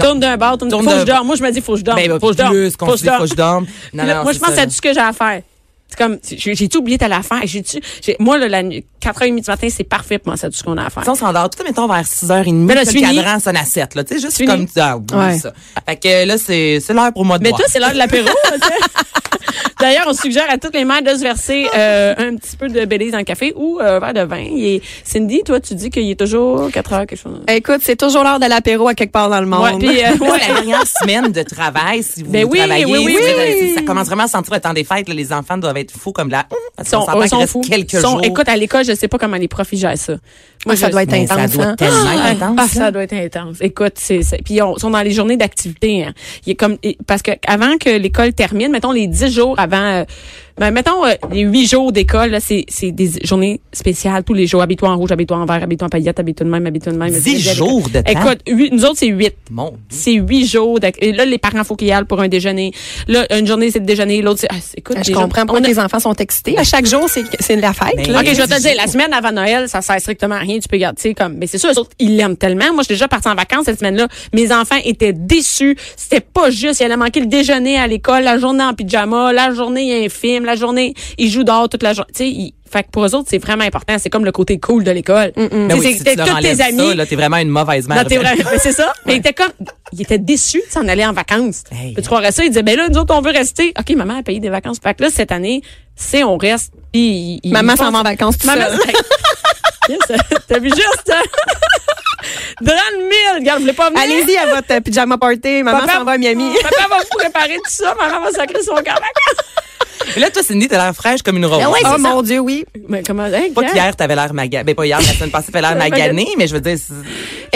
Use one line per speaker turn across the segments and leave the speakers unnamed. Tourne d'un bord, tourne
Tourne
Faut que
d'un
je dorme. Moi, je me dis, faut que je dorme.
Ben,
faut que je dorme.
plus qu'on se dit, faut que je dorme. Non,
Là,
non,
moi,
c'est
je pense
ça,
à tout ce que j'ai à faire. C'est comme, j'ai j'ai tout oublié, t'as l'affaire. J'ai tout- j'ai- moi, là, la nuit, 4h30 du matin, c'est parfait pour penser à tout ce qu'on a à faire.
Si on s'endort tout, mettons, vers 6h30,
Mais là,
là,
c'est
le
fini.
cadran sonne à 7, là, tu sais, juste
C'est fini.
comme ça.
Ouais.
ça. Fait que là, c'est c'est l'heure pour moi de
Mais
boire.
toi, c'est l'heure de l'apéro. là, tu sais. D'ailleurs, on suggère à toutes les mères de se verser
Ah.
euh, un petit peu de bélise dans le café ou euh, un verre de vin. Et Cindy, toi, tu dis qu'il est toujours 4 heures, quelque chose.
Écoute, c'est toujours l'heure de l'apéro à quelque part dans le monde.
Ouais, puis, euh,
Moi,
ouais.
la dernière semaine de travail, si vous
Ben oui,
travaillez,
oui, oui,
vous êtes-
oui.
ça commence vraiment à sentir le temps des fêtes. là. les enfants doivent être fous comme là. Parce
Ils sont,
qu'on s'entend
ils
qu'il
sont
reste
fous.
quelques
Ils sont-
jours.
Écoute, à l'école, je sais pas comment les profs ils gèrent ça.
Moi, ça
je-
doit être
Mais ça
intense.
doit
hein.
tellement être
Ah,
intense, hein.
ah,
là.
ça doit être intense. Écoute, c'est c'est- puis on- ils sont dans les journées d'activité. hein. Il est comme et- parce que avant que l'école termine, mettons les 10 jours avant euh, ben, mettons euh, les 8 jours d'école, là, c'est c'est des journées spéciales tous les jours, habitués en rouge, habitués en vert, habitués en paillettes, habitués de même, habitués de même.
10
habitués de-
jours de temps.
Écoute, huit- nous autres c'est 8
Mon Dieu.
c'est huit jours. d'ac- Et là, les parents, faut qu'ils y aillent pour un déjeuner. Là, une journée, c'est le déjeuner. L'autre, c'est, ah, c'est- écoute,
Je
les gens-
comprends pourquoi
on a-
les enfants sont excités. À chaque jour, c'est c'est de la fête.
Ben,
là.
OK, je vais te
Dix
dire, la semaine avant Noël, ça sert strictement à rien. Tu peux garder, tu sais, comme, mais c'est sûr, eux autres, ils l'aiment tellement. Moi, je suis déjà partie en vacances cette semaine-là. Mes enfants étaient déçus. C'était pas juste. Ils allaient manquer le déjeuner à l'école, la journée en pyjama, la journée, il y a un film, la journée, ils jouent dehors toute la journée. Tu sais, ils- fait que pour eux autres, c'est vraiment important. C'est comme le côté cool de l'école.
Ben
Tu sais,
oui, si
c'était
tu leur
tous
enlèves
tes
ça,
amis.
là, t'es vraiment une mauvaise mère.
Non, t'es vrai. Mais c'est ça. Mais il était comme, il était déçu de s'en aller en vacances.
Hey. hein.
Tu croirais ça? Il disait, ben là, nous autres, on veut rester. OK, maman a payé des vacances. Fait que là, cette année, c'est, on reste. Puis, il-
Maman
il
s'en
pense-
va en vacances tout
Maman,
seule.
Yes, t'as vu juste, hein? Dans le mille, regarde, vous voulez pas venir?
Allez-y à votre euh, pyjama party. Maman
Papa-
s'en va à Miami.
Papa va vous préparer tout ça, maman va sacrer son camp.
Et là, toi, Cindy, t'as l'air fraîche comme une rose.
Ben ouais,
oh
c'est
mon Dieu, oui.
Mais comment, hein,
Pas
Pierre?
qu'hier, t'avais l'air maganée. Ben, pas hier, la semaine passée, t'avais l'air maganée, mais je veux dire, c'est-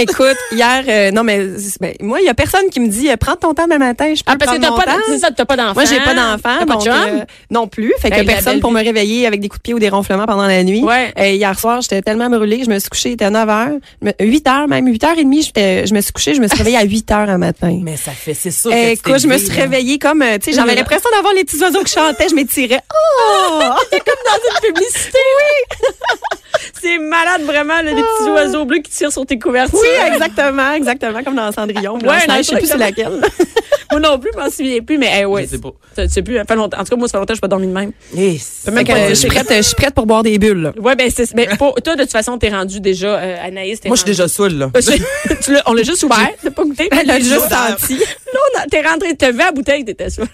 Écoute, hier, euh, non mais c'est- ben, moi, il y a personne qui me dit euh, prends ton temps demain matin. Je peux
Ah, parce que
prendre
t'as
mon
pas,
temps.
c'est ça, t'as pas d'enfant.
Moi, j'ai pas d'enfant,
T'as pas de
donc,
chum? Ben,
euh, non plus. Fait que
Hey, la
personne
belle
pour me réveiller avec des coups de pied ou des ronflements pendant la nuit.
Ouais.
Euh, hier soir, j'étais tellement brûlée, je me suis couchée, il était 9h, 8h même, 8h30, j'étais- je me suis couchée, je me suis réveillée à 8h un matin.
mais ça fait, c'est sûr.
Eh,
que tu t'es
Euh, Écoute, je me suis
levée, là.
réveillée comme, euh, tu sais, j'avais
Là.
l'impression d'avoir les petits oiseaux qui chantaient, je m'étirais. Oh!
dans une publicité, oui! Ah. c'est malade, vraiment, là, les petits oiseaux bleus qui tirent sur tes couvertures.
oui, exactement, exactement, comme dans Cendrillon. Blanche-Neige,
non,
je sais plus c'est laquelle.
moi non plus, je m'en souviens plus, mais hey, ouais.
Je sais pas.
Tu sais plus, ça fait longtemps. En tout cas, moi, ça fait longtemps que je n'ai pas dormi de même.
Eh, c'est
même
Fait que, euh,
pas-
je suis prête, euh, je suis prête pour boire des bulles, là.
Ouais, ben, c'est, ben, pour- toi, de toute façon, t'es rendu déjà, euh, Anaïs, t'es
Moi, je suis
rendu-
déjà saoule, là.
Tu l'as- on l'a juste ouvert, t'as pas goûté.
Elle l'a juste
Là,
senti.
on a- t'es rentré, t'as vu la bouteille, t'étais sûr.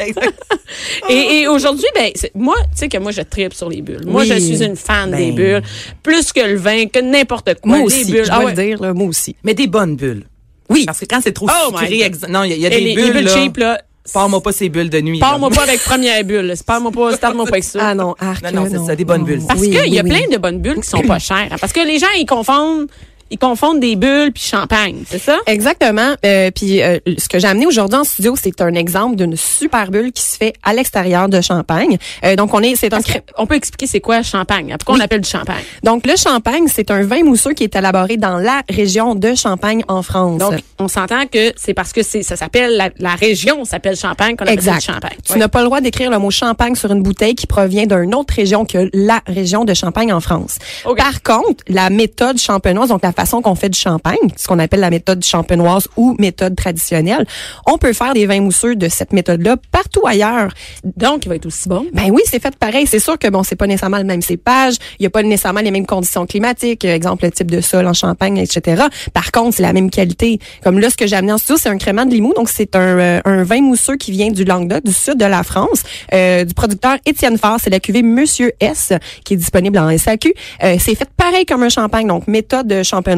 et, et aujourd'hui, ben, c'est- moi, tu sais que moi, je tripe sur les bulles. Moi,
Oui.
je suis une fan
Ben.
des bulles. Plus que le vin, que n'importe quoi.
Moi
les
aussi, je
bulles.
dois
Ah ouais.
le dire, là, moi aussi.
Mais des bonnes bulles.
Oui.
Parce que quand c'est trop
Oh my
sucré,
God.
exa- non, il y a- il y a
Et
des
les, les
bulles,
bulles
là.
cheap, là.
Parle-moi pas ces bulles de nuit. là.
Parle-moi pas avec première bulle. là. Parle-moi pas, starte-moi pas avec ça.
Ah non, arc,
Non, non,
là,
c'est ça, des bonnes bulles.
Parce
Oui,
qu'il y a
oui, oui.
plein de bonnes bulles qui sont pas chères. hein. Parce que les gens, ils confondent, ils confondent des bulles puis champagne, c'est ça?
Exactement. Euh, puis euh, ce que j'ai amené aujourd'hui en studio, c'est un exemple d'une super bulle qui se fait à l'extérieur de Champagne. Euh, donc on est, c'est un,
Parce que on peut expliquer c'est quoi champagne. hein. Pourquoi on appelle du champagne?
donc le Champagne, c'est un vin mousseux qui est élaboré dans la région de Champagne en France.
Donc, on s'entend que c'est parce que c'est, ça s'appelle, la, la région s'appelle champagne qu'on appelle ça
Exact.
du champagne.
Tu
Ouais.
n'as pas le droit d'écrire le mot champagne sur une bouteille qui provient d'une autre région que la région de Champagne en France.
OK.
Par contre, la méthode champenoise, donc la façon qu'on fait du champagne, ce qu'on appelle la méthode champenoise ou méthode traditionnelle, on peut faire des vins mousseux de cette méthode-là partout ailleurs.
Donc, il va être aussi bon.
Ben oui, c'est fait pareil. C'est sûr que bon, c'est pas nécessairement le même cépage. Il y a pas nécessairement les mêmes conditions climatiques. euh, Exemple, le type de sol en Champagne, etc. Par contre, c'est la même qualité. Comme là, ce que j'ai amené en studio, c'est un crément de Limoux. Donc, c'est un, euh, un vin mousseux qui vient du Languedoc, du sud de la France, euh, du producteur Étienne Faure. C'est la cuvée Monsieur S qui est disponible en SAQ. Euh, c'est fait pareil comme un champagne. Donc, méthode champenoise,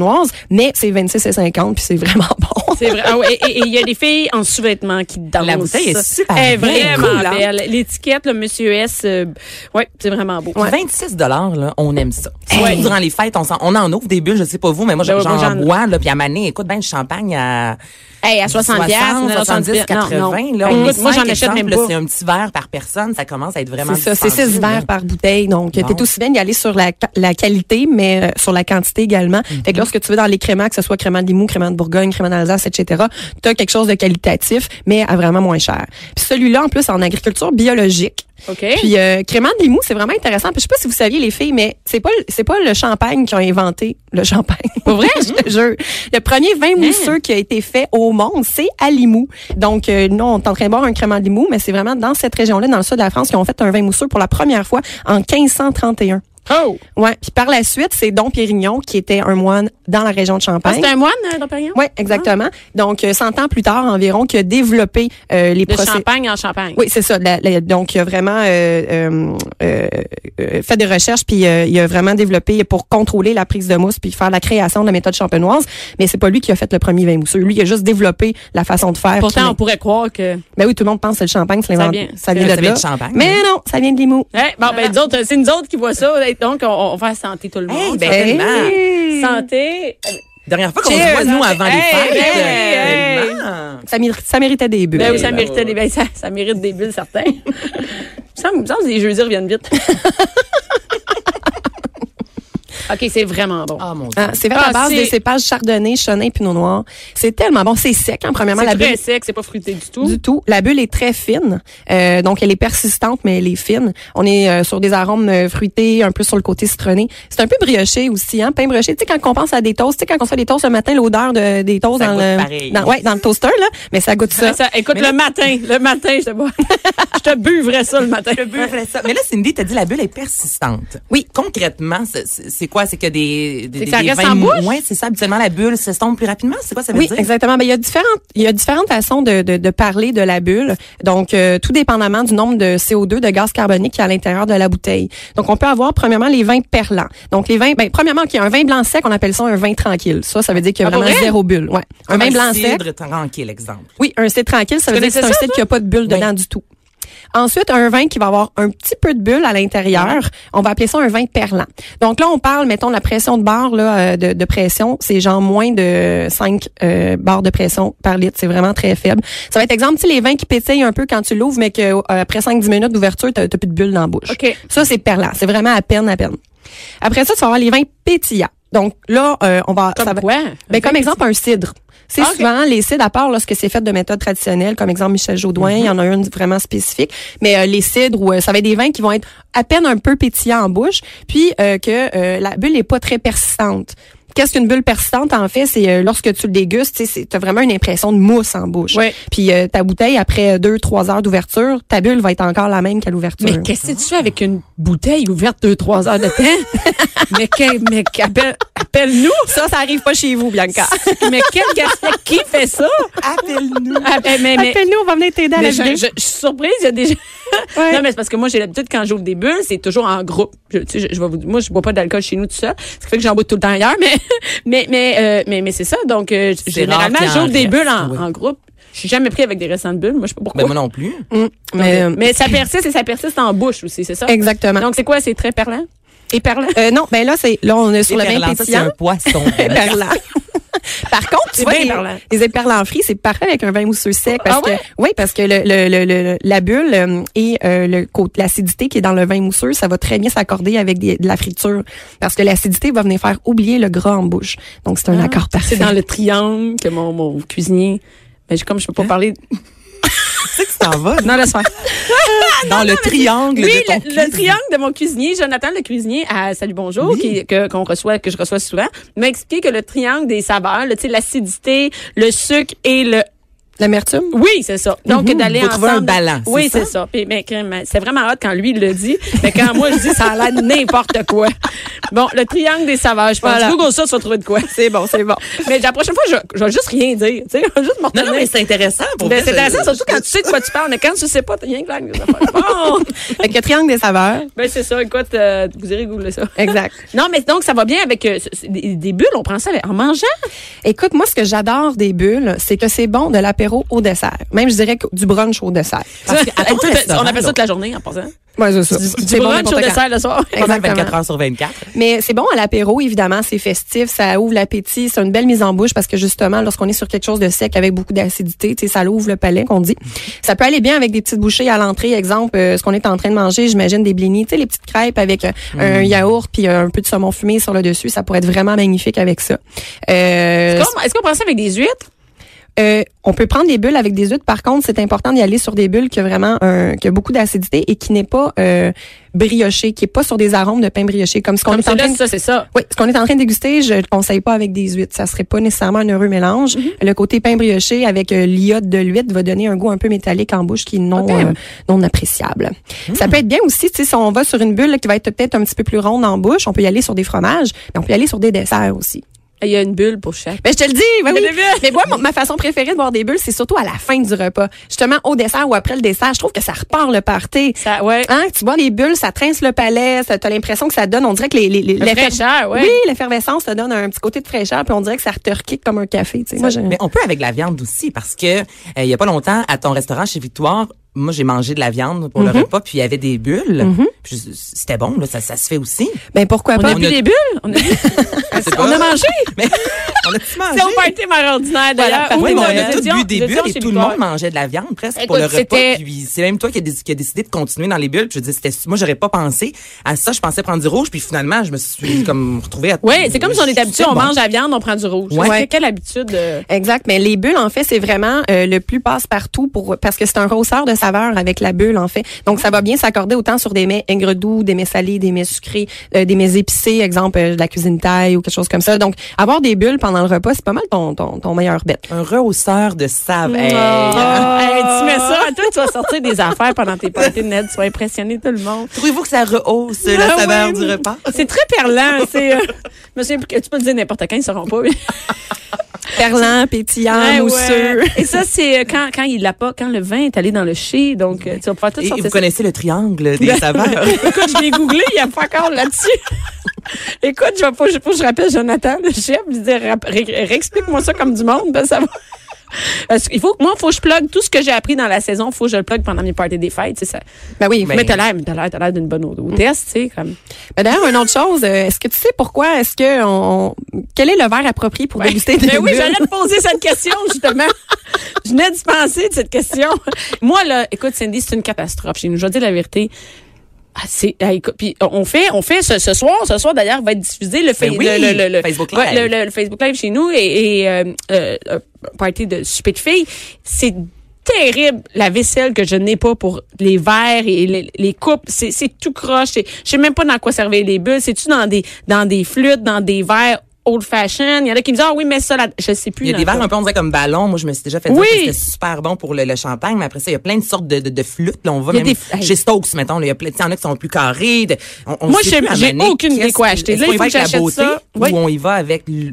mais c'est 26 et 50 puis c'est vraiment bon.
C'est vrai. Ah ouais, et- et et il y a des filles en sous-vêtements qui dansent.
La bouteille est super
Elle est
belle.
vraiment
Cool, hein?
belle. L'étiquette, le monsieur S, euh, ouais, c'est vraiment beau.
Puis 26 là, on aime ça.
Hey.
Surtout Durant les fêtes, on, s'en- on en ouvre des bulles, je sais pas vous, mais moi,
Ben oui,
j'en
moi, j'en-
bois, là, puis à Mané, écoute, ben, le champagne à...
Hey, à 60 piastres, Ben,
70, 80, là. on
Écoute,
est
moi, j'en
cinq,
achète même
exemple, là,
pas.
C'est un petit verre par personne, ça commence à être vraiment
C'est ça, c'est
dispendieux,
6
là.
verres par bouteille. Donc,
Bon.
t'es aussi bien d'y aller sur la, la qualité, mais euh, sur la quantité également.
Mm-hmm.
Fait que lorsque tu veux dans les créments, que ce soit crément de Limoux, crément de Bourgogne, crément d'Alsace, etc., t'as quelque chose de qualitatif, mais à vraiment moins cher. Puis celui-là, en plus, en agriculture biologique,
OK.
Puis euh, crémant de Limoux, c'est vraiment intéressant. Puis, je sais pas si vous saviez les filles, mais c'est pas le- c'est pas le champagne qui a inventé le champagne. Pour vrai, je te jure. Le premier
Hein?
vin mousseux qui a été fait au monde, c'est à Limoux. Donc euh, nous, on tenterait de boire un crémant de Limoux, mais c'est vraiment dans cette région-là, dans le sud de la France, qu'ils ont fait un vin mousseux pour la première fois en 1531.
Oh!
Ouais. Puis par la suite, c'est Dom Pérignon qui était un moine dans la région de
Ah,
Champagne.
c'est un Ah. moine, euh, Dompérignon?
Oui, exactement. Donc, euh, 100 ans plus tard environ, qui a développé euh, les
De
procédés.
champagne en champagne.
Oui, c'est ça. La- la- donc, il a vraiment euh, euh, euh, euh, fait des recherches, puis euh, il a vraiment développé pour contrôler la prise de mousse, puis faire la création de la méthode champenoise. Mais c'est pas lui qui a fait le premier vin mousseux. Lui, il a juste développé la façon de faire.
Pourtant, on
puis-
pourrait croire que. hein,
ben oui, tout le monde pense que c'est le champagne, c'est
Ça
l'invent-
vient- hein.
ça vient
ça
de
vient
là.
de Champagne.
Mais non, ça vient de Limoux.
Eh, bon, ben, nous autres, c'est nous autres qui voit ça. Eh, Donc, on, on va santé tout le monde. Santé.
Hey, ben, tellement.
Santé.
Dernière fois qu'on se
Cheers.
voit, nous, avant les
Hey,
fêtes.
hey, hey.
tellement.
Ça, mér- ça méritait des bulles.
Ben oui, ça
ben,
méritait
ouais.
des, ben, ça, ça mérite des bulles, certains. ça me semble que les jeudis reviennent vite. OK, c'est vraiment bon.
Ah, mon Dieu.
Ah, c'est fait à
Ah,
la base
c'est-
des cépages chardonnay, chenin, pinot noir. C'est tellement bon. C'est sec, hein, premièrement.
c'est
La bulle
très sec, c'est pas fruité du tout.
du tout. La bulle est très fine. Euh, donc, elle est persistante, mais elle est fine. On est euh, sur des arômes euh, fruités, un peu sur le côté citronné. C'est un peu brioché aussi, hein? Pain brioché. Tu sais, quand on pense à des toasts, tu sais, quand on se fait des toasts le matin, l'odeur de, des toasts
Ça
dans
goûte
le,
pareil.
dans, ouais, dans le toaster, là. Mais ça goûte ça.
Ça, ça- écoute, le matin, le matin, je te bois. je te buvrais ça le matin. Je
Ouais, voilà ça. Mais là, Cindy, t'as dit la bulle est persistante.
Oui.
Concrètement, c'est- c'est c'est quoi? C'est que des, des,
C'est que ça
des
reste en bouche?
Ouais, c'est ça. Habituellement, la bulle s'estompe plus rapidement. C'est quoi ça veut
Oui,
dire?
exactement. Ben, il y a différentes, il y a différentes façons de, de, de parler de la bulle. Donc, euh, tout dépendamment du nombre de CO2, de gaz carbonique qui est à l'intérieur de la bouteille. Donc, on peut avoir premièrement les vins perlants. Donc, les vins, ben, premièrement, qu'il y a un vin blanc sec, on appelle ça un vin tranquille. Ça, ça veut dire qu'il y a
Ah, pour
vraiment
vrai?
zéro bulle. Ouais.
Ah,
Un
ben,
vin blanc sec.
cidre tranquille, exemple.
Oui, un cidre tranquille, ça veut dire que c'est
connaissais
un
ça,
cidre qui a pas de bulle
Oui.
dedans du tout. Ensuite, un vin qui va avoir un petit peu de bulle à l'intérieur,
Ah.
on va appeler ça un vin perlant. Donc là, on parle, mettons, de la pression de barre, là, euh, de, de pression, c'est genre moins de 5 euh, barres de pression par litre, c'est vraiment très faible. Ça va être exemple, tu sais, les vins qui pétillent un peu quand tu l'ouvres, mais que euh, après 5-10 minutes d'ouverture, t'as t'as plus de bulle dans la bouche.
OK.
Ça, c'est perlant, c'est vraiment à peine, à peine. Après ça, tu vas avoir les vins pétillants. Donc là, euh, on va...
Comme
ça va-
quoi?
ben, comme exemple, un cidre. C'est
Ah, ok.
souvent les cidres, à part lorsque c'est fait de méthodes traditionnelles, comme exemple Michel Jaudoin, il y en a une vraiment spécifique, mais euh, les cidres, où, euh, ça va être des vins qui vont être à peine un peu pétillants en bouche, puis euh, que euh, la bulle n'est pas très persistante. Qu'est-ce qu'une bulle persistante, en fait, c'est euh, lorsque tu le dégustes, tu as vraiment une impression de mousse en bouche.
Ouais.
Puis euh, ta bouteille, après deux, trois heures d'ouverture, ta bulle va être encore la même qu'à l'ouverture.
Mais qu'est-ce que tu fais avec une bouteille ouverte deux, trois heures de temps? mais que- mais qu'appelle- appelle-nous!
Ça, ça arrive pas chez vous, Bianca.
mais quel gaspillage? Qui fait ça?
Appelle-nous.
Ah, ben, mais, mais-
Appelle-nous, on va venir t'aider à
mais
la
je,
vider.
je- je suis surprise, il y a des gens-
Ouais.
Non, mais c'est parce que moi, j'ai l'habitude, quand j'ouvre des bulles, c'est toujours en groupe. Je, tu sais, je, je vais vous dire, moi, je bois pas d'alcool chez nous tout seul. Ce qui fait que j'en bois tout le temps ailleurs, mais, mais, mais, euh, mais, mais c'est ça. Donc, euh, généralement,
rare qu'il y en
j'ouvre des
reste,
bulles en,
oui.
en groupe. Je suis jamais pris avec des récentes bulles. Moi, je sais pas pourquoi.
Ben, moi non plus.
mais,
euh,
mais ça persiste et ça persiste en bouche aussi, c'est ça?
Exactement.
Donc, c'est quoi? C'est très perlant? Et perlant?
Euh, non, ben là, c'est là, on est sur le
Éperlant,
vin
ça, c'est
pétillant.
un poisson. Ben,
Éperlant. Par contre, tu
C'est
vois,
bien
les,
parlant.
les éperlants frits, c'est parfait avec un vin mousseux sec. Parce
Ah ouais?
que, oui, parce que le, le- le- le- la bulle euh, et euh, le cô- l'acidité qui est dans le vin mousseux, ça va très bien s'accorder avec des- de la friture. Parce que l'acidité va venir faire oublier le gras en bouche. Donc, c'est un accord
Ah,
parfait.
C'est dans le triangle que mon, mon cuisinier. Mais je- comme je peux pas parler.
Tu sais que tu t'en vas
Non, laisse faire. Ah,
dans le triangle
Oui,
de ton
le, le
cuisine.
triangle de mon cuisinier, Jonathan le cuisinier à Salut Bonjour, qui, que, qu'on reçoit, que je reçois souvent, m'a expliqué que le triangle des saveurs, là, tu sais, l'acidité, le sucre et le
L'amertume?
oui, c'est ça. Donc d'aller
Mhm. Faut trouver
ensemble.
un balance,
Oui,
c'est
c'est ça. Puis mais quand même, c'est vraiment hot quand lui il le dit, mais quand moi je dis ça a l'air de n'importe quoi. Bon, le triangle des saveurs, je pense.
Voilà.
Google ça, tu vas trouver de quoi.
C'est bon, c'est bon.
Mais la prochaine fois, je, je vais juste rien dire, tu sais, je vais juste m'en
Non, non,
tenir.
mais c'est intéressant pour
Ben,
vrai,
c'est
je-
intéressant, surtout quand tu sais de quoi tu parles, mais quand tu sais pas, t'as rien que là. Bon!
Avec le triangle des saveurs.
Ben, c'est ça, écoute, euh, vous irez googler ça.
Exact.
Eh. Non, mais donc, ça va bien avec euh, c- c- des, des bulles. On prend ça avec- en mangeant.
Écoute, moi, ce que j'adore des bulles, c'est que c'est bon de l'apéro au dessert. Même, je dirais, que du brunch au dessert.
Parce que,
Ça,
attends,
on fait-
restaurant,
on appelle ça hein,
là.
toute la journée en passant.
Ouais, c'est ça.
Du,
C'est
du
bon
brunch
n'importe
au
quand.
dessert le soir.
Pendant
Exactement.
24 heures sur 24.
Mais c'est bon à l'apéro, évidemment, c'est festif, ça ouvre l'appétit, c'est une belle mise en bouche parce que justement, lorsqu'on est sur quelque chose de sec avec beaucoup d'acidité, tu sais, ça l'ouvre le palais, qu'on dit. Ça peut aller bien avec des petites bouchées à l'entrée, exemple, euh, ce qu'on est en train de manger, j'imagine des blinis, tu sais, les petites crêpes avec euh, un yaourt puis euh, un peu de saumon fumé sur le dessus, ça pourrait être vraiment magnifique avec ça. Euh,
Comme- Est-ce qu'on prend ça avec des huîtres?
Euh, on peut prendre des bulles avec des huîtres. Par contre, c'est important d'y aller sur des bulles qui a vraiment un- qui a beaucoup d'acidité et qui n'est pas euh, brioché, qui est pas sur des arômes de pain brioché comme ce qu'on
Comme
est en
c'est là,
train de
ça, c'est ça.
oui, ce qu'on est en train de déguster, je ne conseille pas avec des huîtres. Ça serait pas nécessairement un heureux mélange.
Mhm.
Le côté pain brioché avec euh, l'iode de l'huître va donner un goût un peu métallique en bouche qui est non,
Ok. Hmm.
euh, non appréciable. Ça peut être bien aussi, tu sais, si on va sur une bulle là, qui va être peut-être un petit peu plus ronde en bouche, on peut y aller sur des fromages, mais on peut y aller sur des desserts aussi.
Il y a une bulle pour chaque.
Mais je te le dis, ben
Il y
oui.
a des bulles.
Mais moi, mon- ma façon préférée de boire des bulles, c'est surtout à la fin du repas. Justement, au dessert ou après le dessert, je trouve que ça repart le party.
Ça, ouais.
Hein, tu bois les bulles, ça trince le palais, ça- t'as l'impression que ça donne, on dirait que les, les, les-
La
l'effer-
fraîcheur, ouais.
Oui, l'effervescence, ça donne un petit côté de fraîcheur, puis on dirait que ça te rekick comme un café, tu sais. Moi,
Mmh.
j'aime.
Mais on peut avec la viande aussi parce que euh, il y a pas longtemps à ton restaurant chez Victoire, moi j'ai mangé de la viande pour
Mmh.
le repas puis il y avait des bulles. Puis je- C'était bon là, ça, ça se fait aussi.
Ben, pourquoi
On a
pas?
bu
a-
des bulles? On a,
Je sais
on
pas.
a mangé?
Mais on a tu mangé.
C'est au party mère ordinaire, d'ailleurs.
Oui,
Oui,
mais on
nous
a tous
étions-
bu des
nous étions
bulles et
chez
tout le
Victoire.
monde mangeait de la viande presque pour le
Écoute, c'était-
repas. Puis c'est même toi qui a, dé- qui a décidé de continuer dans les bulles. Puis je dis, c'était moi j'aurais pas pensé à ça. Je pensais prendre du rouge. Puis finalement je me suis comme retrouvée. à-
Oui, c'est comme si on est habitué,
C'est
on
bon.
mange la viande, on prend du rouge.
Ouais.
C'est quelle habitude? euh,
Exact, mais les bulles en fait, c'est vraiment euh, le plus passe-partout pour parce que c'est un rosseur de saveur avec la bulle en fait. Donc ça va bien s'accorder autant sur des mets aigres doux, des mets salés, des mets sucrés, euh, des mets épicés, exemple euh, de la cuisine taille ou quelque chose comme ça. Donc avoir des bulles pendant le repas, c'est pas mal ton ton, ton meilleur bête.
Un rehausseur de saveur. Hey. euh,
Hey, tu mets ça, Oh. Ah, toi, tu vas sortir des affaires pendant tes parties de net, tu vas impressionner tout le monde.
Trouvez-vous que ça rehausse
Ah
la saveur
ouais.
du repas?
C'est très perlant, c'est, euh, monsieur, tu peux le dire n'importe quand, ils sauront pas. mais-
Perlant, pétillant,
Ouais,
mousseux.
ouais. Et ça, c'est euh, quand, quand il l'a pas, quand le vin est allé dans le chai, donc, euh, tu vas pouvoir tout
Et
sortir
vous
ça.
connaissez le triangle des saveurs?
Écoute, je l'ai googlé, il n'y a pas encore là-dessus. Écoute, je vais pas, je, faut que je rappelle Jonathan, le chef, lui dire, rap- ré- réexplique-moi ça comme du monde, ben ça va. Parce qu'il faut, moi, faut que je plug tout ce que j'ai appris dans la saison, faut que je le plug pendant mes parties des fêtes, tu sais, ça.
Ben oui,
Mais t'as l'air, mais t'as l'air, t'as l'air d'une bonne hôtesse, tu sais, comme.
Ben d'ailleurs, une autre chose, euh, est-ce que tu sais pourquoi est-ce que on, on- quel est le verre approprié pour déguster des
Mais Ben oui,
bulles?
j'allais te poser cette question, justement. je venais de penser de cette question. Moi, là, écoute, Cindy, c'est une catastrophe. J'ai nous je vais dire la vérité. Ah, c'est, ah, écoute, puis on fait, on fait ce, ce soir, ce soir d'ailleurs va être diffusé le, fa-
Ben oui,
le, le- le- le-
Facebook
ouais,
Live.
le- le- le Facebook Live chez nous et, et euh, euh, euh, party de souper de filles. C'est terrible la vaisselle que je n'ai pas pour les verres et les, les coupes. C'est, c'est tout croche. C'est- Je sais même pas dans quoi servir les bulles. C'est-tu dans des, dans des flûtes, dans des verres old fashion? Il y en a qui me disent, ah oui, mais ça, là, je sais plus.
Il y a
dans
des verres
quoi.
un peu, on dirait comme ballon. Moi, je me suis déjà fait dire
Oui.
que c'était super bon pour le, le champagne, mais après ça, il y a plein de sortes de, de, de flûtes. Là, on va
Il y a
même
des- hey.
chez Stokes, mettons. là, Il y a plein, il y en a qui sont plus carrés. de- on- on
Moi,
sait
j'ai-
plus à
j'ai
mener
aucune idée
qu'est-ce-
quoi acheter.
est-ce
Là, il
qu'on y
faut
va
que
avec la
j'achète ça.
beauté
Oui.
Ou on y va avec l-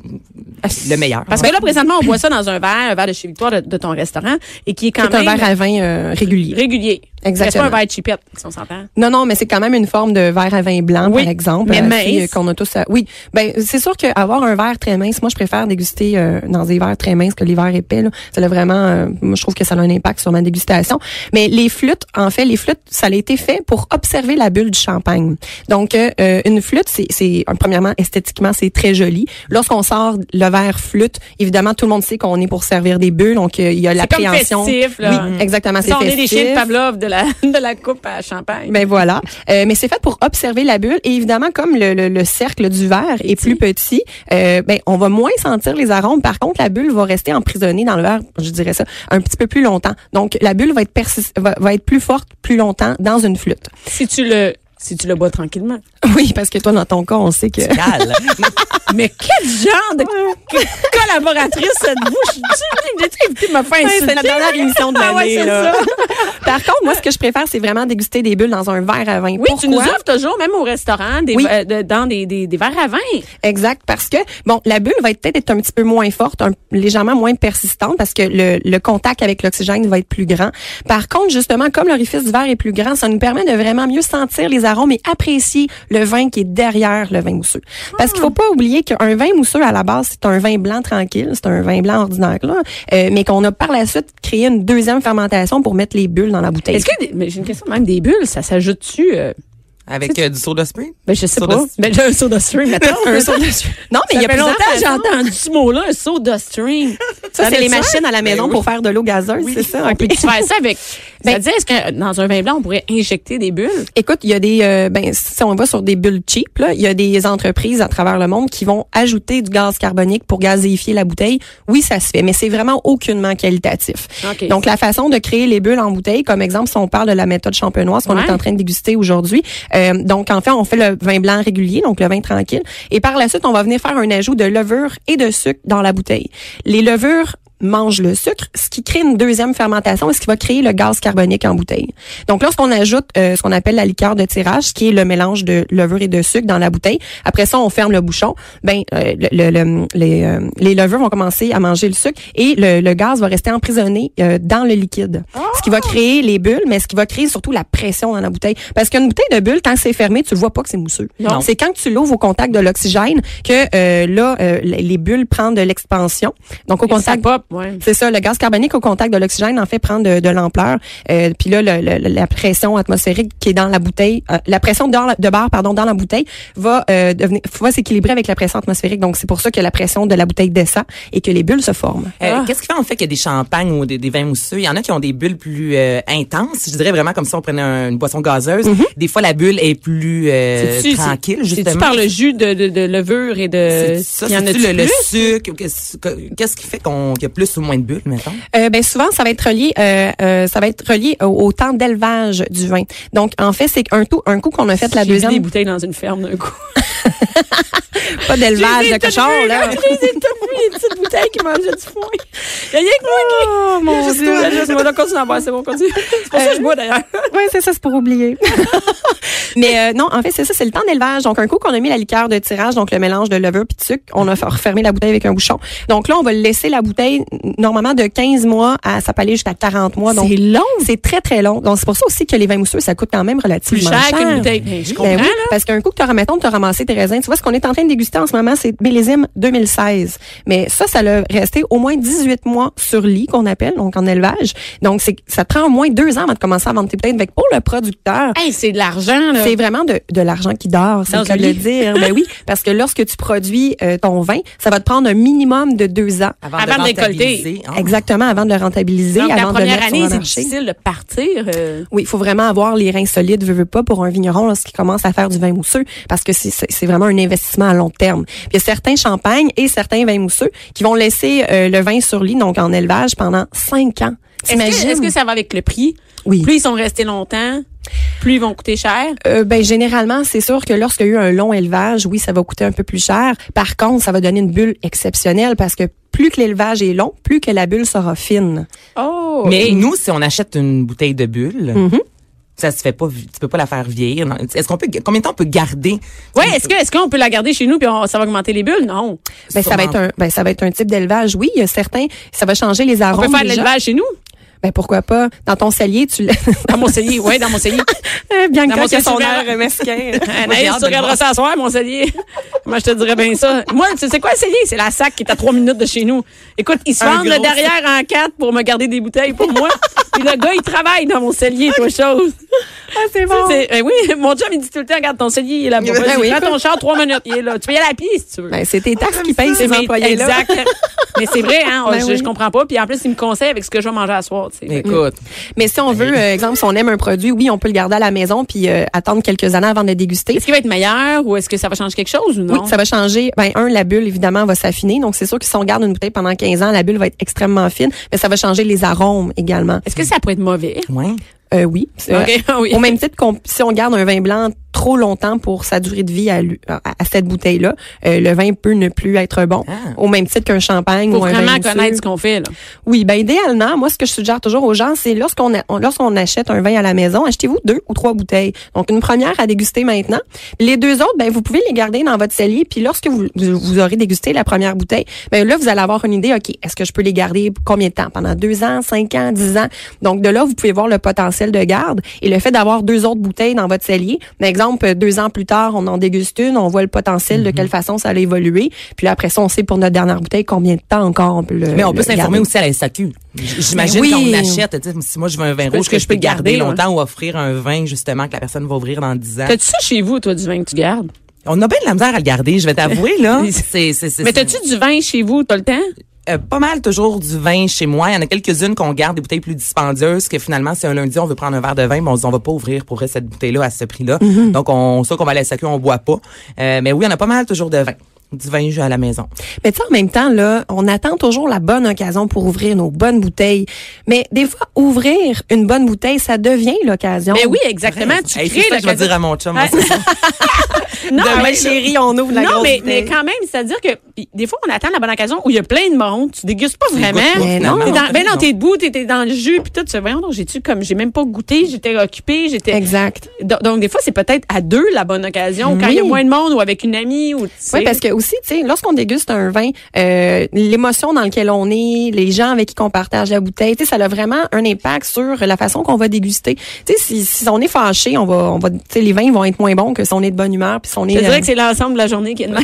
le meilleur.
Parce que là, présentement, on boit ça dans un verre, un verre de chez Victoire de, de ton restaurant, et qui est quand
C'est un
même
verre à vin euh, régulier.
régulier.
Exactement.
C'est pas un verre chipette, si on s'entend.
Non, non, mais c'est quand même une forme de verre à vin blanc,
Oui,
par exemple,
mais
euh,
mince.
qui, euh, qu'on a tous. à- oui, ben c'est sûr qu'avoir un verre très mince, moi je préfère déguster euh, dans des verres très minces que les verres épais. Là. Ça a vraiment, euh, moi je trouve que ça a un impact sur ma dégustation. Mais les flûtes, en fait, les flûtes, ça a été fait pour observer la bulle du champagne. Donc euh, euh, une flûte, c'est, c'est euh, premièrement esthétiquement c'est très joli. Lorsqu'on sort le verre flûte, évidemment tout le monde sait qu'on est pour servir des bulles, donc euh, il y a
comme
l'appréhension.
festif, là.
Oui, exactement, c'est
Ça, on est des
festif.
chiens de Pavlov de la, de la coupe à champagne.
Ben voilà. Euh, mais c'est fait pour observer la bulle. Et évidemment, comme le, le- le cercle du verre est plus petit, euh, ben on va moins sentir les arômes. Par contre, la bulle va rester emprisonnée dans le verre, je dirais ça, un petit peu plus longtemps. Donc, la bulle va être, persis- va, va être plus forte plus longtemps dans une flûte.
si tu le, si tu le bois tranquillement.
Oui, parce que toi, dans ton cas, on sait que...
Cal.
Mais quel genre de collaboratrice êtes-vous? Je suis évité de me faire
Ouais,
insulter.
c'est la dernière émission de
Ah ouais,
l'année.
c'est
là.
ça.
Par contre, moi, ce que je préfère, c'est vraiment déguster des bulles dans un verre à vin.
Oui, tu
Pourquoi?
nous offres toujours, même au restaurant, des,
Oui.
euh, de- dans des, des, des verres à vin.
Exact, parce que bon, la bulle va être peut-être être un petit peu moins forte, un- légèrement moins persistante, parce que le, le contact avec l'oxygène va être plus grand. Par contre, justement, comme l'orifice du verre est plus grand, ça nous permet de vraiment mieux sentir les arômes et apprécier le vin qui est derrière le vin mousseux. Parce qu'il faut pas oublier qu'un vin mousseux à la base, c'est un vin blanc tranquille, c'est un vin blanc ordinaire, là, euh, mais qu'on a par la suite créé une
Ben,
deuxième fermentation pour mettre les bulles dans la bouteille.
Est-ce que, des- mais j'ai une question même, des bulles, ça s'ajoute-tu, euh,
Avec euh, du soda spring?
Ben, je sais
Soda
pas.
stream.
Ben, là, un soda stream, mettons.
Un soda stream.
Non, mais il y a
Ça fait
longtemps que j'ai
longtemps,
entendu ce mot-là, un soda stream.
Ça, c'est les
veut dire-
machines à la maison
oui.
pour faire de l'eau gazeuse, c'est ça?
On
OK.
peut faire ça avec. C'est-à-dire, est-ce que euh, dans un vin blanc, on pourrait injecter des bulles?
Écoute, il y a des euh, ben si on va sur des bulles cheap là, il y a des entreprises à travers le monde qui vont ajouter du gaz carbonique pour gazéifier la bouteille. Oui, ça se fait, mais c'est vraiment aucunement qualitatif.
OK.
Donc la façon de créer les bulles en bouteille, comme exemple si on parle de la méthode champenoise qu'on
Ouais.
est en train de déguster aujourd'hui, euh, donc en fait, on fait le vin blanc régulier, donc le vin tranquille et par la suite, on va venir faire un ajout de levure et de sucre dans la bouteille. Les levures mange le sucre, ce qui crée une deuxième fermentation et ce qui va créer le gaz carbonique en bouteille. Donc lorsqu'on ajoute euh, ce qu'on appelle la liqueur de tirage, qui est le mélange de levure et de sucre dans la bouteille, après ça on ferme le bouchon, ben euh, le- le- le- les, euh, les levures vont commencer à manger le sucre et le, le gaz va rester emprisonné euh, dans le liquide. Ce qui va créer les bulles, mais ce qui va créer surtout la pression dans la bouteille. Parce qu'une bouteille de bulle, tant que c'est fermé, tu le vois pas que c'est mousseux.
Non.
C'est quand tu l'ouvres au contact de l'oxygène que euh, là euh, les les bulles prennent de l'expansion. Donc au
Ça
contact
pop, ouais.
c'est ça, le gaz carbonique au contact de l'oxygène en fait prendre de, de l'ampleur. Euh, puis là, le- le- la pression atmosphérique qui est dans la bouteille, euh, la pression dans la- de barre pardon dans la bouteille va euh, devenir va s'équilibrer avec la pression atmosphérique. Donc c'est pour ça que la pression de la bouteille descend et que les bulles se forment.
Euh,
Ah.
Qu'est-ce qui fait en fait qu'il y a des champagnes ou des, des vins mousseux? Il y en a qui ont des bulles plus euh, intenses. Je dirais vraiment comme si on prenait un- une boisson gazeuse. Des fois, la bulle est plus euh,
Mm-hmm. C'est-tu-
tranquille,
c'est-
justement.
C'est-tu par le jus de, de, de levure et de...
C'est ça,
Il Euh, y en
c'est-tu
a-tu
le, le
plus?
sucre. Qu'est-ce que- qu'est-ce qui fait qu'on qu'il y a plus ou moins de bulles, mettons?
Euh, ben souvent ça va être relié euh, euh, ça va être relié au, au temps d'élevage du vin. Donc en fait c'est un tout un coup qu'on a fait la
J'ai mis des
deuxième
bouteilles dans une ferme d'un coup.
pas d'élevage
J'ai
de
tout
cochon
vu,
là.
j'ai tout vu, les petites bouteilles qui mangeaient du foin. Il y a rien que moi qui...
Oh, mon
Juste
Dieu.
toi, juste moi. Donc, continue à boire, c'est bon, continue. C'est pour ça que je bois, d'ailleurs.
Oui, c'est ça, c'est pour oublier. Mais euh, non, en fait, c'est ça, c'est le temps d'élevage. Donc, un coup qu'on a mis la liqueur de tirage, donc le mélange de levure puis de sucre, on a refermé la bouteille avec un bouchon. Donc là, on va laisser la bouteille normalement de 15 mois à ça peut aller jusqu'à 40 mois. Donc,
C'est long.
c'est très, très long. Donc, c'est pour ça aussi que les vins mousseux, ça coûte quand même
Plus
relativement
cher qu'une bouteille. Ben, je comprends,
Ben oui,
là.
parce qu'un coup que tu mettons, tu as ramassé tes raisins. Tu vois, ce qu'on est en train de déguster en ce moment, c'est millésime 2016. Mais ça, ça l'a resté au moins 18 mois sur lit, qu'on appelle, donc en élevage. Donc, c'est, ça te prend au moins deux ans avant de commencer à vendre tes bouteilles. Fait que pour le producteur,
Hey, c'est de l'argent, là.
c'est vraiment de, de l'argent qui dort, c'est
Dans
le cas
un
de le
lit.
dire. Ben oui, parce que lorsque tu produis euh, ton vin, ça va te prendre un minimum de deux ans.
Avant de décolleter.
rentabiliser, hein?
Exactement, avant de le rentabiliser,
Ah, Donc, la
avant de le
première
mettre sur
année,
le
c'est
marché.
difficile de partir. euh.
Oui, il faut vraiment avoir les reins solides, veut, veut pas, pour un vigneron lorsqu'il commence à faire du vin mousseux, parce que c'est- c'est c'est vraiment un investissement à long terme. Puis il y a certains champagnes et certains vins mousseux qui vont laisser euh, le vin sur lit, donc en élevage, pendant cinq ans.
Est-ce que,
T'imagines?
est-ce que ça va avec le prix?
Oui.
Plus ils sont restés longtemps, plus ils vont coûter cher.
Euh, ben généralement, c'est sûr que lorsqu'il y a eu un long élevage, oui, ça va coûter un peu plus cher. Par contre, ça va donner une bulle exceptionnelle parce que plus que l'élevage est long, plus que la bulle sera fine.
Oh!
Mais nous, si on achète une bouteille de bulle,
Mm-hmm.
ça se fait pas, vi- tu peux pas la faire vieillir. Non. Est-ce qu'on peut, combien de temps on peut garder?
Ouais, est-ce que est-ce qu'on peut la garder chez nous puis on- ça va augmenter les bulles Non.
Ben, ça va
Sûrement.
être un, ben, ça va être un type d'élevage. Oui, il y a certains, ça va changer les
On
arômes.
peut faire de
déjà.
l'élevage chez nous
Ben pourquoi pas dans ton cellier tu le
dans mon cellier, ouais, dans mon cellier.
bien
Dans mon
que son
cellier,
air
tu
mesquin.
Anaïs, tu regarderas ça à soir, mon cellier. Moi, je te dirais bien ça. Moi, tu sais quoi, le cellier? C'est la sac qui est à trois minutes de chez nous. Écoute, ils se
Un
vendent le
gros-
derrière en quatre pour me garder des bouteilles pour moi. Puis le gars, il travaille dans mon cellier, toi, chose.
Ah, c'est bon.
C'est- eh oui, mon job, il dit tout le temps, regarde ton cellier, il est là.
Ben oui,
prends
écoute.
ton char trois minutes, il est là. Tu peux y aller à pied, si tu veux.
Ben, c'est tes taxes qui payent ces
mes-
employés là.
Exact. Mais c'est vrai, hein.
Ben
je,
oui.
je comprends pas. Puis en plus, il me conseille avec ce que je vais manger à soir, tu sais.
Écoute.
Mais si on veut euh, exemple si on aime un produit, oui, on peut le garder à la maison puis euh, attendre quelques années avant de le déguster.
Est-ce qu'il va être meilleur ou est-ce que ça va changer quelque chose ou
Oui,
non?
ça va changer. Ben un, la bulle évidemment va s'affiner. Donc c'est sûr que si on garde une bouteille pendant 15 ans, la bulle va être extrêmement fine, mais ça va changer les arômes également.
Est-ce que ça pourrait être mauvais?
Ouais.
Euh, oui. c'est vrai.
Ok, oui.
Au même titre qu'on si on garde un vin blanc trop longtemps pour sa durée de vie à, lui- à- à cette bouteille là, le vin peut ne plus être bon.
Ah.
Au même titre qu'un champagne
Faut
ou un vin
vraiment
mousseux.
connaître ce qu'on fait, là.
Oui, ben idéalement, moi ce que je suggère toujours aux gens, c'est lorsqu'on a- on- lorsqu'on achète un vin à la maison, achetez-vous deux ou trois bouteilles. Donc une première à déguster maintenant, les deux autres, ben vous pouvez les garder dans votre cellier, puis lorsque vous, vous, vous aurez dégusté la première bouteille, ben là vous allez avoir une idée, ok, est-ce que je peux les garder combien de temps Pendant deux ans, cinq ans, dix ans. Donc de là vous pouvez voir le potentiel de garde et le fait d'avoir deux autres bouteilles dans votre cellier. Par exemple, deux ans plus tard, on en déguste une, on voit le potentiel,
Mhm.
de quelle façon ça a évolué. Puis là, après ça, on sait pour notre dernière bouteille combien de temps encore on peut
Euh,
le
Mais on
le
peut s'informer
garder.
aussi à la SAQ. J- J'imagine
oui.
quand on achète, tu sais, si moi je veux un vin
Parce
rouge
que
que,
je
je peux
peux
garder
garder,
longtemps ou offrir un vin justement que la personne va ouvrir dans 10 ans.
T'as-tu ça chez vous, toi, du vin que tu gardes?
On a bien de la misère à le garder, je vais t'avouer là. c'est c'est c'est
Mais t'as-tu du vin chez vous, t'as le temps?
Euh, pas mal toujours du vin chez moi. Il y en a quelques-unes qu'on garde, des bouteilles plus dispendieuses, que finalement, si un lundi, on veut prendre un verre de vin, ben, on se dit, on va pas ouvrir pour vrai cette bouteille-là à ce prix-là.
Mhm.
Donc, on sait qu'on va aller à la SAQ, on boit pas. Euh, mais oui, on a pas mal toujours de vin. Du vin à la maison.
Mais tu sais, en même temps, là, on attend toujours la bonne occasion pour ouvrir nos bonnes bouteilles. Mais des fois, ouvrir une bonne bouteille, ça devient l'occasion.
Mais Ben oui, exactement. Tu
Hey, c'est
crées
ça que je vais
l'occasion-
dire à mon chum.
Ouais. Non,
Demain,
mais-
chérie, on ouvre la
Non,
grosse
mais, mais
bouteille.
quand même, c'est-à-dire que puis, des fois, on attend la bonne occasion où il y a plein de monde, tu dégustes pas vraiment.
goûtes pas,
T'es
finalement.
dans- ben non,
Non.
t'es debout, t'es t'es dans le jus, puis tout, tu fais, voyons, donc, j'ai-tu comme, j'ai même pas goûté, j'étais occupée, j'étais.
Exact.
Donc, donc, des fois, c'est peut-être à deux la bonne occasion, quand il y a
Oui.
moins de monde ou avec une amie ou, tu sais.
Oui, parce que aussi, tu sais, lorsqu'on déguste un vin, euh, l'émotion dans laquelle on est, les gens avec qui on partage la bouteille, tu sais, ça a vraiment un impact sur la façon qu'on va déguster. Tu sais, si, si on est fâché, on va, on va, tu sais, les vins vont être moins bons que si on est de bonne humeur, puis si on est.
Je te
euh,
dirais que c'est l'ensemble de la journée qui est de même.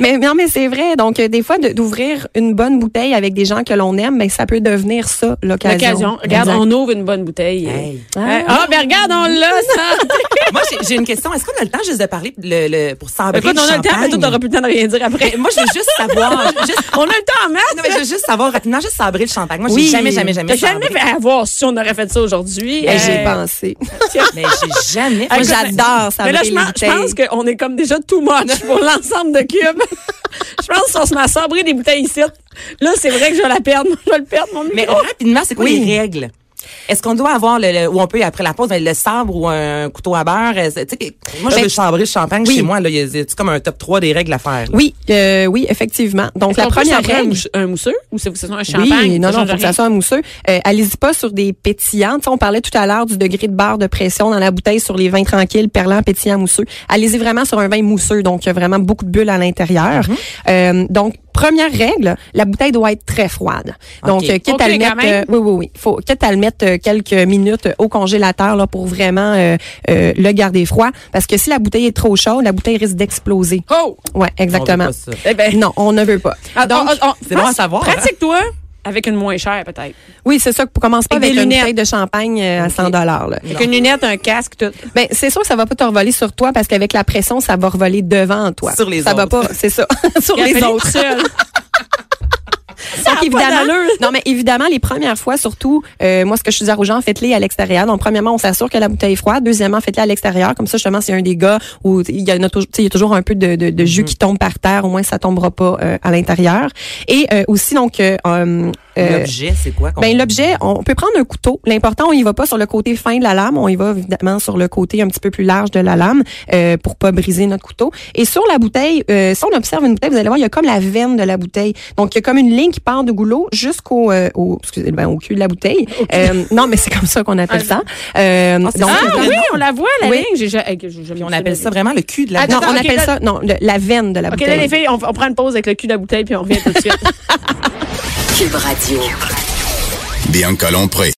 Mais non, mais c'est vrai. Donc, euh, des fois, de- d'ouvrir une bonne bouteille avec des gens que l'on aime, mais ça peut devenir ça, l'occasion.
L'occasion. Regarde,
Exact.
on ouvre une bonne bouteille.
Hey.
Ah, ah, ben regarde, on l'a, ça.
Moi, j'ai- j'ai une question. Est-ce qu'on a le temps juste de parler le, le- pour sabrer
Ben, Écoute,
le
on a le temps, mais toi,
champagne?
t'auras plus le temps de rien dire après.
Mais Moi, je veux juste savoir. juste-
On a le temps en masse.
non, mais je veux juste savoir rapidement, juste sabrer le champagne. Moi,
Oui.
j'ai jamais, jamais,
T'as
jamais.
jamais
sabré.
fait avoir si on aurait fait ça aujourd'hui.
Hey, J'y ai
Euh,
pensé.
Mais j'ai jamais.
Moi,
fait-
j'adore ça.
Mais là, je pense, je pense qu'on est comme déjà too much pour l'ensemble de Cube. je pense qu'on se met à sabrer des bouteilles ici. Là, c'est vrai que je vais la perdre. Je vais le perdre, mon
Mais
micro.
rapidement, c'est quoi
Oui.
les règles? Est-ce qu'on doit avoir le, le- ou on peut après la pause ben, le sabre ou un couteau à beurre euh, c'est- tu sais, que- Moi je
Ben,
veux chambrer le champagne
oui.
chez moi là, c'est comme un top 3 des règles à faire. là?
Oui, euh, oui, effectivement. Donc, la première règle.
Un mousseux ou c'est que ce soit un champagne?
oui, non, non,
change
faut que ça
rien.
soit un mousseux. Euh, Allez-y pas sur des pétillants. Tu sais, on parlait tout à l'heure du degré de barre de pression dans la bouteille sur les vins tranquilles, perlants, pétillants, mousseux. Allez-y vraiment sur un vin mousseux, donc il y a vraiment beaucoup de bulles à l'intérieur.
Mhm.
Euh, donc, première règle, la bouteille doit être très froide. Donc,
Ok.
euh, quitte
Ok,
à le
quand
mettre,
même.
euh, oui, oui, oui, faut quitte à le mettre euh, quelques minutes euh, au congélateur là pour vraiment euh, euh, le garder froid, parce que si la bouteille est trop chaude, la bouteille risque d'exploser.
Oh!
Ouais,
On
exactement.
veut pas ça.
Eh ben, ah,
Non, on ne veut pas.
donc,
c'est bon à savoir, hein?
Pratique-toi avec une moins chère, peut-être.
Oui, c'est ça. Commence pas
Avec
avec,
des
une
lunettes.
bouteille de champagne euh, à 100 dollars.
Avec une lunette, un casque, tout.
Ben, c'est sûr que ça va pas te revoler sur toi parce qu'avec la pression, ça va revoler devant toi.
Sur les
ça va
autres.
pas, c'est ça, sur
Il a
les
fallu
autres.
tout seul.
Donc,
pas
évidemment,
d'allure.
non mais évidemment les premières fois surtout euh, moi ce que je dis aux gens faites-les à l'extérieur. Donc premièrement, on s'assure que la bouteille est froide, deuxièmement, faites-les à l'extérieur comme ça justement s'il y a un dégât ou il y en a toujours tu sais, il y a toujours un peu de, de- de jus
Mhm.
qui tombe par terre, au moins ça tombera pas euh, à l'intérieur. Et euh, aussi donc euh, euh, euh,
L'objet, c'est quoi qu'on-
Ben l'objet, on peut prendre un couteau. L'important, on y va pas sur le côté fin de la lame, on y va évidemment sur le côté un petit peu plus large de la lame euh, pour pas briser notre couteau. Et sur la bouteille, euh, si on observe une bouteille, vous allez voir, il y a comme la veine de la bouteille. Donc il y a comme une ligne qui part du goulot jusqu'au euh, au, excusez, ben, au cul de la bouteille. Euh, non, mais c'est comme ça qu'on appelle ça. Euh,
c'est
donc,
ça,
Ah
le
oui, on la voit, la
Oui.
ligne. J'ai ja- eh, hey, que j'ai jamais
Puis on
vu
appelle
là.
ça vraiment le cul de la
Ah,
non,
Attends,
on
ok,
appelle
là-
ça non le- la veine de la
OK, là,
bouteille.
les filles, on, on prend une pause avec le cul de la bouteille, puis on revient tout de suite.
Cube Radio.
Bianca Lompré.